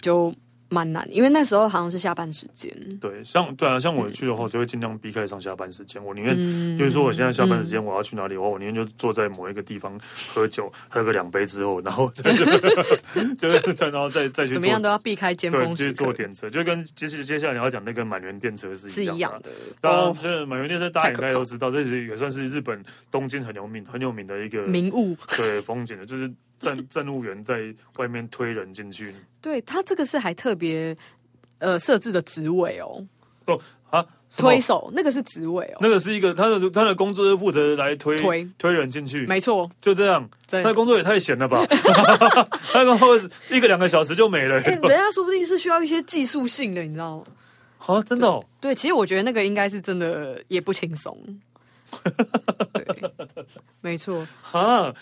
就蛮难，因为那时候好像是下班时间。对，像对啊，像我去的话，我就会尽量避开上下班时间。我宁愿，就是说我现在下班时间我要去哪里的话，我宁愿就坐在某一个地方喝酒，喝个两杯之后，然后再 就是再然后再再去怎么坐样都要避开尖对，峰就是时坐刻，电车，就跟接接接下来你要讲那个满员电车是是一样一的样。的当哦然，，这满员电车大家太应可该怕都知道，这是也算是日本东京很有名很有名的一个明物，对风景的，就是嗯站站务员在外面推人进去。对他这个是还特别呃设置的职位哦，哦啊，什么推手那个是职位哦，那个是一个他的他的工作是负责来推推人进去，没错，就这样。真他的工作也太闲了 吧！他工作一个两个小时就没了、哎人家说不定是需要一些技术性的，你知道吗？啊，真的、哦，对，其实我觉得那个应该是真的也不轻松。 对，没错，啊，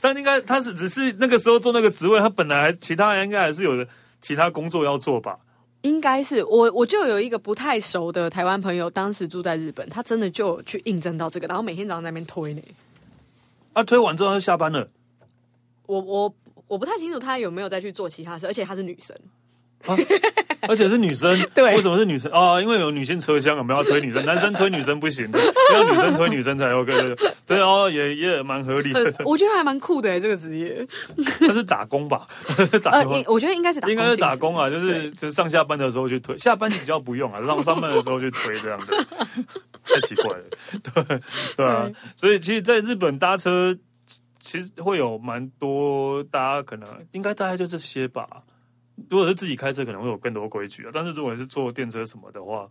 但应该他是只是那个时候做那个职位，他本来还其他人应该还是有的其他工作要做吧？应该是我，我就有一个不太熟的台湾朋友，当时住在日本，他真的就有去应征到这个，然后每天早上在那边推呢。啊，推完之后他就下班了。我我我不太清楚他有没有再去做其他事，而且她是 女生，而且是女生，对为什么是女生啊？因为有女性车厢，我们要推女生，男生推女生不行的，要女生推女生才 OK 对。对对哦，也也蛮合呃理的，我觉得还蛮酷欸的这个职业。那是打工吧？ 打呃，工应我觉得应该是打工应该是打工性啊，就是就是上下班的时候去推，下班比较不用啊，上上班的时候去推这样的，太奇怪了，对对啊。所以其实，在日本搭车，其实会有蛮多，大家可能应该大概就这些吧。如果是自己开车，可能会有更多规矩啊。但是如果是坐电车什么的话，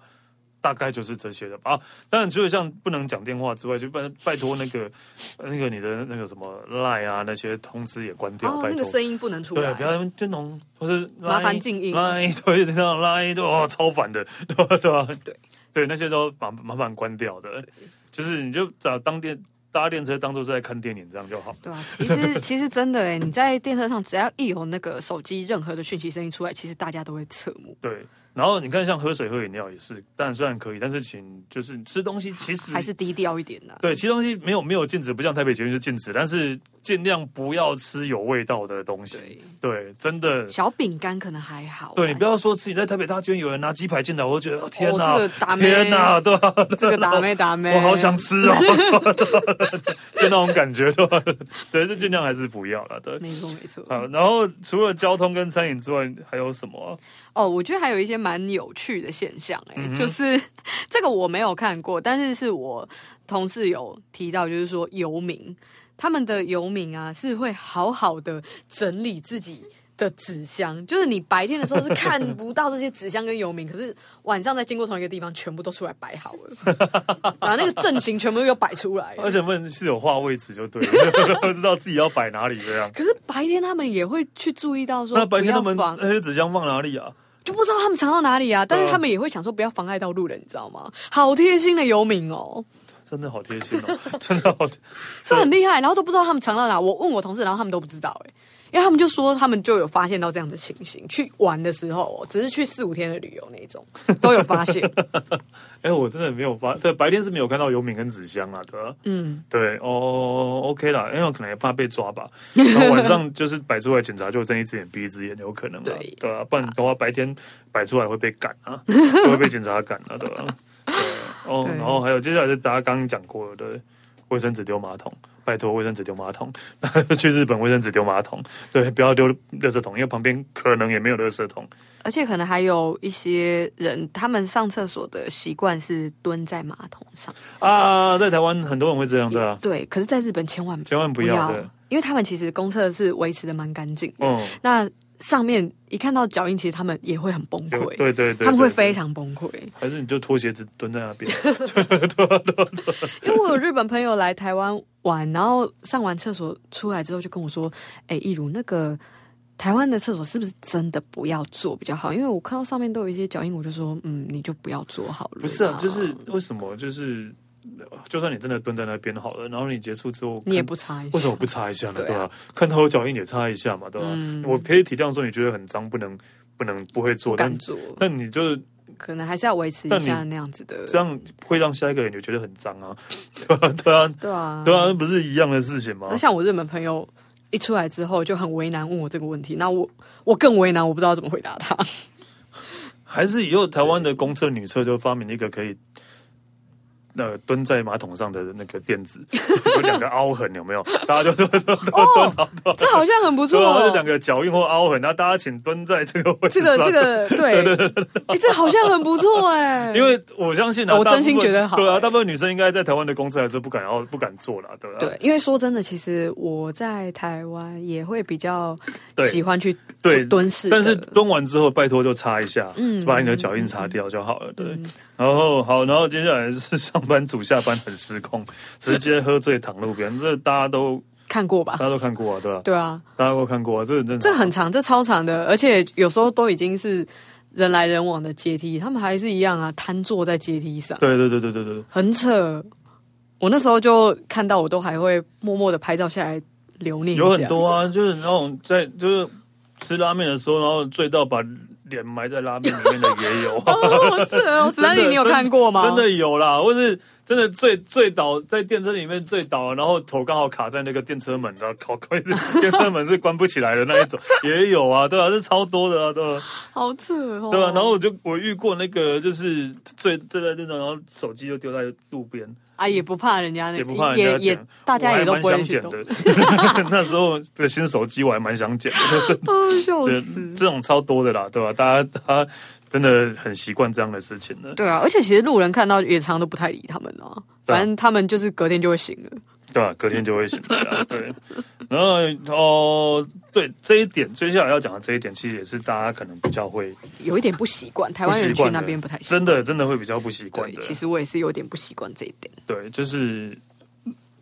大概就是这些了吧。啊，当然，除了像不能讲电话之外，就拜拜托那个呃那个你的那个什么 Line 啊那些通知也关质掉，哦，拜那个托。声音不能出对，来不。要就弄，或是麻烦静音拉一堆这样拉一堆， 哦，超烦的，对吧？对吧？对对那些都麻麻烦关掉的，就是你就找当电搭电车当做是在看电影这样就好。对啊，其实其实真的哎，你在电车上只要一有那个手机任何的讯息声音出来，其实大家都会侧目。对，然后你看像喝水喝饮料也是，但虽然可以，但是请就是吃东西，其实还是低调一点呐、对吃东西没有没有禁止，不像台北捷运是禁止，但是尽量不要吃有味道的东西对。对，真的。小饼干可能还好啊、对你不要说自己在台北大街有人拿鸡排进来，我就觉得、哦、天哪，这个打妹天哪，对吧、这个打妹打妹，我好想吃哦，就那种感觉对吧？对，这尽量还是不要了。对，没错没错。好，然后除了交通跟餐饮之外，还有什么啊、哦，我觉得还有一些蛮有趣的现象、欸，哎、嗯哼就是 这个我没有看过，但是是我同事有提到，就是说游民，他们的游民啊是会好好的整理自己。的纸箱，就是你白天的时候是看不到这些纸箱跟游民，可是晚上再经过同一个地方，全部都出来摆好了， 把那个阵型全部又摆出来了。而且问是有画位置就对了， 不知道自己要摆哪里这样。可是白天他们也会去注意到说，那白天他不要们呃妨那些纸箱放哪里啊？就不知道他们藏到哪里啊，但是他们也会想说不要妨碍到路人，你知道吗？好贴心的游民哦，真的好贴心哦，真的好贴。这很厉害。然后都不知道他们藏到哪，我问我同事，然后他们都不知道哎、因为他们就说他们就有发现到这样的情形，去玩的时候、哦，只是去四五天的旅游那 一种都有发现。哎、我真的没有发，对，白天是没有看到游民跟纸箱啊，对吧、嗯，对，哦，OK 啦，因为我可能也怕被抓吧。然后晚上就是摆出来检查，就睁一只眼闭一只眼，有可能啊，对对啊，不然的话白天摆出来会被赶啊，会被检查赶啊，对吧、对，哦，对然后还有接下来是大家刚刚讲过的对卫生纸丢马桶，拜托卫生纸丢马桶， 去日本卫生纸丢马桶，对，不要丢垃圾桶，因为旁边可能也没有垃圾桶。而且可能还有一些人，他们上厕所的习惯是蹲在马桶上，啊，在台湾很多人会这样，对啊，对。可是，在日本千万千万不要的。因为他们其实公厕是维持的蛮干净的。嗯，那上面一看到脚印，其实他们也会很崩有溃，对对对，他们会对非，常崩 溃。对还是你就脱鞋子蹲在那 边，因为我有日本朋友来台湾玩，然后上完厕所出来之后就跟我说：“哎、一如那个台湾的厕所是不是真的不要做比较好？因为我看到上面都有一些脚印，我就说嗯，你就不要做好了。”不是啊，就是为什么就是，就算你真的蹲在那边好了，然后你结束之后，你也看不擦一下，为什么不擦一下呢？对对啊吧、看到有脚印也擦一下嘛，对吧、嗯我可以体谅说你觉得很脏，不能不能不会做，不但敢做？但你就是可能还是要维持一但你下那样子的，这样会让下一个人也觉得很脏啊， 对吧、对啊，对啊，对啊，那不是一样的事情吗那？像我日本朋友一出来之后就很为难，问我这个问题，那我我更为难，我不知道怎么回答他。还是以后台湾的公厕女厕就发明一个可以。那个蹲在马桶上的那个垫 子，有两个凹痕，有没有？大家就哦，这好像很不错、说，然后哦就。两个脚印或凹痕，那大家请蹲在 这个位置这上。个这个对， 哎、这好像很不错哎、因为我相信啊，哦我大部真心分觉得好对啊，欸大部分女生应该在台湾的公司还是不敢要、不敢做啦，对啊，对，因为说真的，其实我在台湾也会比较对喜欢去对蹲式的，但是蹲完之后，拜托就擦一下，嗯把你的脚印擦掉就好了。对，然后好，然后接下来是上班族下班很失控，直接喝醉躺路边，这大家都看过吧大？家都看过啊，对吧、对啊，大家都看过啊，这很正常这啊。很长，这超长的，而且有时候都已经是人来人往的阶梯，他们还是一样啊，瘫坐在阶梯上，对对对对对对对，很扯。我那时候就看到，我都还会默默的拍照下来留念一下。有很 多啊，就是那种在就是吃拉面的时候，然后醉到把脸埋在拉面里面的也有啊。 哦，这哦，史丹利，真的你有真看过吗？真的有啦，或是真的醉醉倒在电车里面醉倒，然后头刚好卡在那个电车门，然后靠 关电车门是关不起来的那一种，也有啊，对啊，是超多的啊，对啊，好扯哦。对啊。然后我就我遇过那个就是醉醉在那种，然后手机就丢在路边，啊，也不怕人家那，也不怕也人也家捡，大家也都我还不蛮会想去捡动。的。 那时候的新手机我还蛮想捡 的， 哦，笑这死！这种超多的啦，对吧、大家大家真的很习惯这样的事情的。对啊，而且其实路人看到也常常都不太理他们啊，对啊反正他们就是隔天就会醒了。对吧、隔天就会醒来啊。对，然后哦，对这一点，接下来要讲的这一点，其实也是大家可能比较会有一点不习惯，台不湾习人去惯那的，边不太习真惯。的真的会比较不习惯对，的。其实我也是有点不习惯这一点，对，就是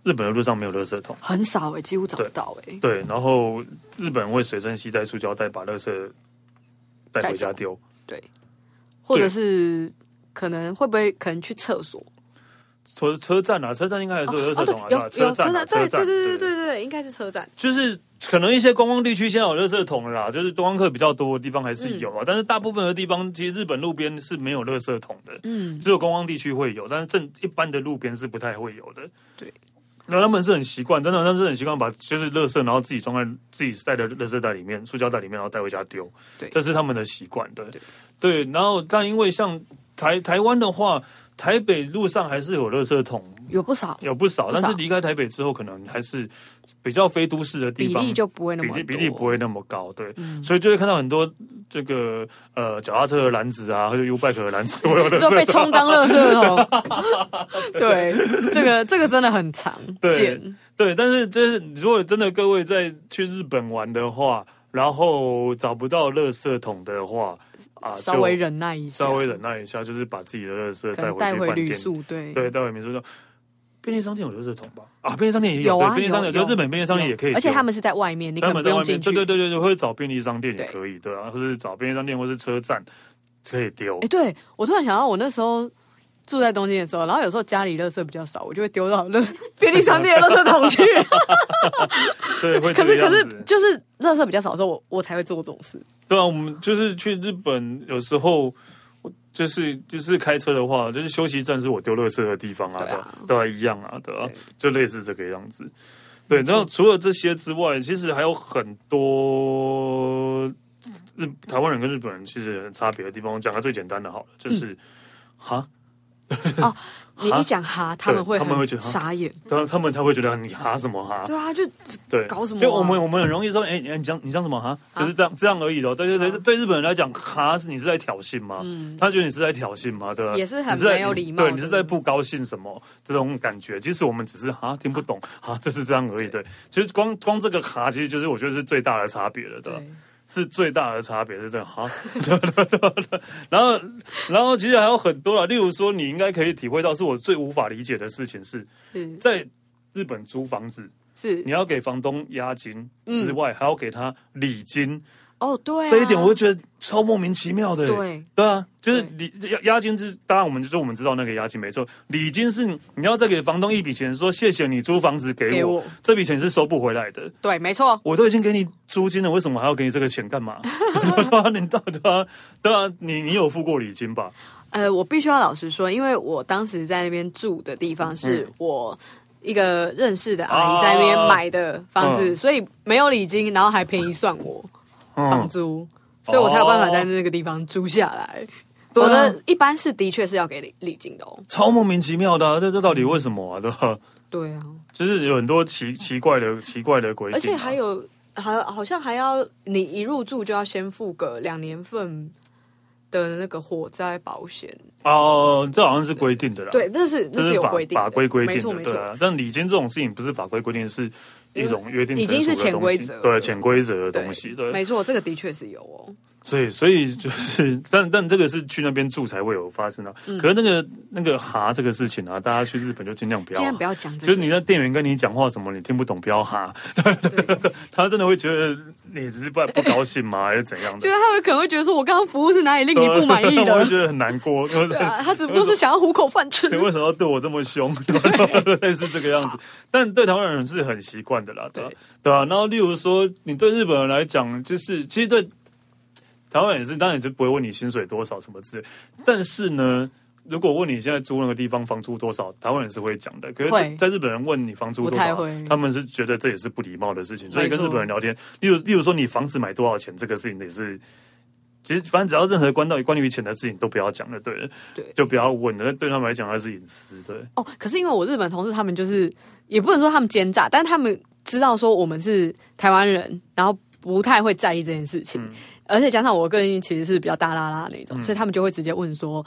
日本的路上没有垃圾桶，很少哎、几乎找不到哎、对，然后日本会随身携带塑胶袋把垃圾带回家丢。或者是可能会不会可能去厕所？车车站啊，车站应该还是有垃哦，圾对桶啊，，有对吧车有站啊，对车对站，对对对对，应该是车站。就是可能一些观光地区现在有垃圾桶了啦，就是观光客比较多的地方还是有啊，嗯但是大部分的地方其实日本路边是没有垃圾桶的，嗯，只有观光地区会有，但是正一般的路边是不太会有的。对，那他们是很习惯，真的他们是很习惯把就是垃圾，然后自己装在自己带的垃圾袋里面、塑胶袋里面，然后带回家丢。对这是他们的习惯。对，对。然后，但因为像台台湾的话，台北路上还是有垃圾桶，有不少，有不少，不少但是离开台北之后，可能还是比较非都市的地比方，例就不会那比么例多嗯比例不会那么高，对，所以就会看到很多这个呃脚踏车的篮子啊，或者 U bike 的篮子，我 有的就被充当垃圾桶。 对，这个这个真的很长对见。对，但是就是如果真的各位在去日本玩的话，然后找不到垃圾桶的话啊，稍就微忍耐一下，稍微忍耐一下，就是把自己的垃圾可带能回带去回饭旅店，宿，对对，带回民宿说。便利商店有垃圾桶吧？啊，便利商店也有啊，对，便利商店有就日本便利商店也可以有丢，而且他们是在外面，你他可能们不在用外进面，去。对对对对，对或者找便利商店也对可以，对啊，或者找便利商店，或是车站可以 丢哎，。对我突然想到，我那时候住在东京的时候，然后有时候家里垃圾比较少，我就会丢到垃 便利商店的垃圾桶去。对，会这可个是可样是子。就是垃圾比较少的时候，我我才会做这种事。对啊，我们就是去日本，有时候我就是就是开车的话，就是休息站是我丢垃圾的地方啊，对对啊啊，对啊一样啊，对啊对，嗯就类似这个样子。对，然后除了这些之外，其实还有很多日台湾人跟日本人其实很差别的地方。我讲个最简单的好了，嗯就是哈、你哈一讲哈，他们会他们很会觉得哈傻眼。然后他们他会觉得你哈什么哈，对啊，就对，搞什么啊就我们我们很容易说，哎、你你讲你讲什么哈？啊就是这样这样而已咯。对对对，对日本人来讲，哈是你是在挑衅吗？他觉得你是在挑衅吗？对吧？嗯也是很你在没有礼貌对，你是在的不高兴什么这种感觉？其实我们只是哈听不懂哈，就是这样而已。对，其实光光这个哈，其实就是我觉得是最大的差别了，对吧？对是最大的差别是这样哈。 然后，然后其实还有很多啦，例如说，你应该可以体会到，是我最无法理解的事情是，是在日本租房子，是你要给房东押金之外，还要给他礼金，哦，嗯对啊，这一点我就觉得超莫名其妙的。对对啊，就是礼押押金是，当然我们就我们知道那个押金没错，礼金是你要再给房东一笔钱，说谢谢你租房子给我，给我这笔钱是收不回来的。对，没错，我都已经给你租金了，为什么还要给你这个钱干嘛？ 对啊，你到底对啊，对啊，你你有付过礼金吧？呃，我必须要老实说，因为我当时在那边住的地方嗯是我一个认识的阿姨在那边买的房子，哦嗯所以没有礼金，然后还便宜算我房嗯，哦租，所以我才有办法在那个地方住下来。对我啊的一般是的确是要给礼礼金的哦。超莫名其妙的、啊，这这到底为什么啊？对吧？对啊，就是有很多奇奇怪的奇怪的规定啊、而且还有还好像还要你一入住就要先付个两年份的那个火灾保险，哦，这好像是规定的啦。对，那是啊这那是有法规定的法规规没定错的，没错对。啊。但礼金这种事情不是法规规定，是一种约定已经成熟是的潜东规西则了对潜规则的对东西，对。没错，这个的确是有哦。所以，所以就是， 但但这个是去那边住才会有发生的、啊嗯可是那个那个哈这个事情啊，大家去日本就尽量不要尽哈，量不要讲这个，就是你那店员跟你讲话什么，你听不懂，不要哈， 他真的会觉得你只是不不高兴吗，还是怎样就的？是他们可能会觉得说我刚刚服务是哪里令你不满 意我会的，觉得很难过。对不对对啊，他只不过是想要糊口饭吃你。为什么要 对我这么 凶？对 类似这个样子，但对台湾人是很习惯的啦，对吧对？对啊，然后例如说，你对日本人来讲，就是其实对台湾人也是，当然也就不会问你薪水多少什么之类，但是呢。如果问你现在租那个地方房租多少，台湾人是会讲的。可是会，在日本人问你房租多不太少会，他们是觉得这也是不礼貌的事情。所以没跟错日本人聊天，例如例如说你房子买多少钱这个事情也是，其实反正只要任何关到关于钱的事情都不要讲了，对了。对就不要问了，那对他们来讲那是隐私，对，哦，可是因为我日本同事他们就是也不能说他们奸诈，但他们知道说我们是台湾人，然后不太会在意这件事情，嗯而且加上我个人其实是比较大拉拉那种，嗯所以他们就会直接问说：“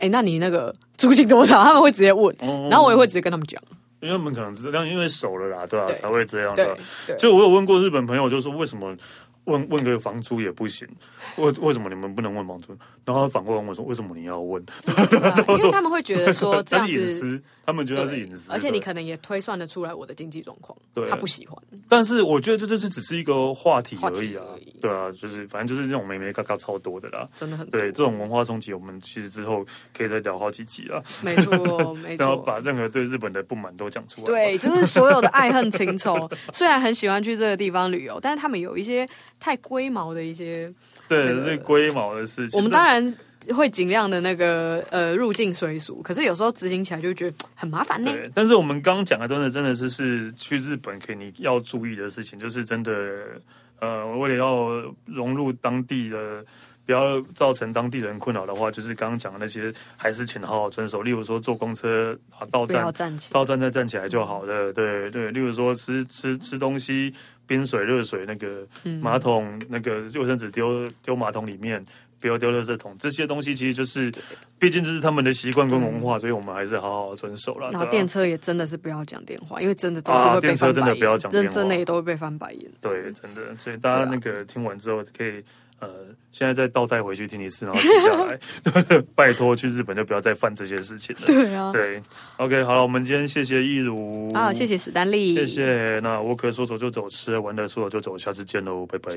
哎、那你那个租金多少？”他 们会直接问，哦然后我也会直接跟他们讲。因为我们可能知道，因为熟了啦，对吧、对才会这样对的。对，就我有问过日本朋友，就说为什么问问个房租也不行，为为什么你们不能问房租？然后他反过来问我说，为什么你要问？ 对啊因为他们会觉得说这那样是隐子。私，他们觉得那是对隐私。而且对你可能也推算得出来我的经济状况对，他不喜欢。但是我觉得这就是只是一个话题而已啊话题而已，对啊，就是反正就是那种美眉嘎嘎超多的啦。真的很多对，这种文化冲击，我们其实之后可以再聊好几集啊，没错，没然后错。把任何对日本的不满都讲出来。对，就是所有的爱恨情仇。虽然很喜欢去这个地方旅游，但是他们有一些太龟毛的一些，对，那个是龟毛的事情。我们当然会尽量的那个呃入境随俗，可是有时候执行起来就会觉得很麻烦呢。对，但是我们刚讲的真的真的就是去日本，可以你要注意的事情，就是真的呃，为了要融入当地的。不要造成当地人困扰的话，就是刚刚讲的那些，还是请好好遵守。例如说，坐公车啊，到不站要站起来，到站再站起来就好了。对对，例如说吃吃吃东西，冰水、热水，那个嗯马桶、那个卫生纸丢丢马桶里面，不要丢垃圾桶，这些东西其实就是，毕竟这是他们的习惯跟文化，所以我们还是好好遵守啦。嗯然后对啊电车也真的是不要讲电话，因为真的都是啊会被电车翻白眼，真的不要讲电话真真的也都会被翻白眼。对，真的，所以大家对啊那个听完之后可以。呃，现在再倒带回去听一次，然后记下来。 对拜托，去日本就不要再犯这些事情了。对啊，对，OK，好了，我们今天谢谢易如啊，谢谢史丹利，谢谢。那沃克说走就走，吃了玩的说走就走，下次见喽，拜拜。